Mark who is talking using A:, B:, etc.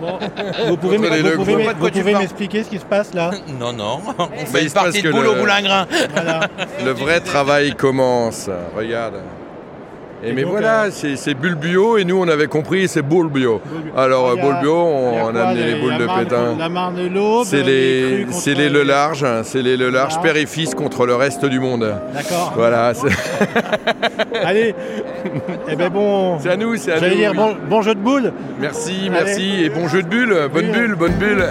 A: Bon, vous pouvez,
B: Entre les
A: vous
B: deux
A: pouvez
B: groupes.
A: m'e-
C: de
A: vous
C: quoi tu
A: pouvez
C: parles.
A: m'expliquer ce qui se passe là
D: Non, non. On
B: il
D: fait une
B: se passe
D: partie de
B: que
D: boule au
B: le-
D: boulingrin.
A: Voilà.
B: Le vrai travail commence. Regarde. Et
A: Et
B: mais
A: donc, euh,
B: voilà, c'est c'est Bulbio et nous on avait compris c'est Bulbio.
A: Bulbio.
B: Alors euh,
A: Il y a-
B: Bulbio,
A: Il y
B: Ah on,
A: a
B: on
A: quoi,
B: a amené
A: les-
B: les boules
A: la
B: de
A: marne-
B: pétain.
A: La marne de l'aube. euh,
B: C'est les, c'est les le
A: large.
B: large, hein, c'est les le large
A: Voilà.
B: père et fils contre le reste du monde.
A: D'accord.
B: Voilà, c'est
A: Allez. eh ben bon.
B: c'est à nous, c'est à
A: J'allais
B: nous.
A: dire bon, bon jeu de boules.
B: Merci, merci et bon jeu de bulle, bonne
A: Oui.
B: bulle, bonne bulle.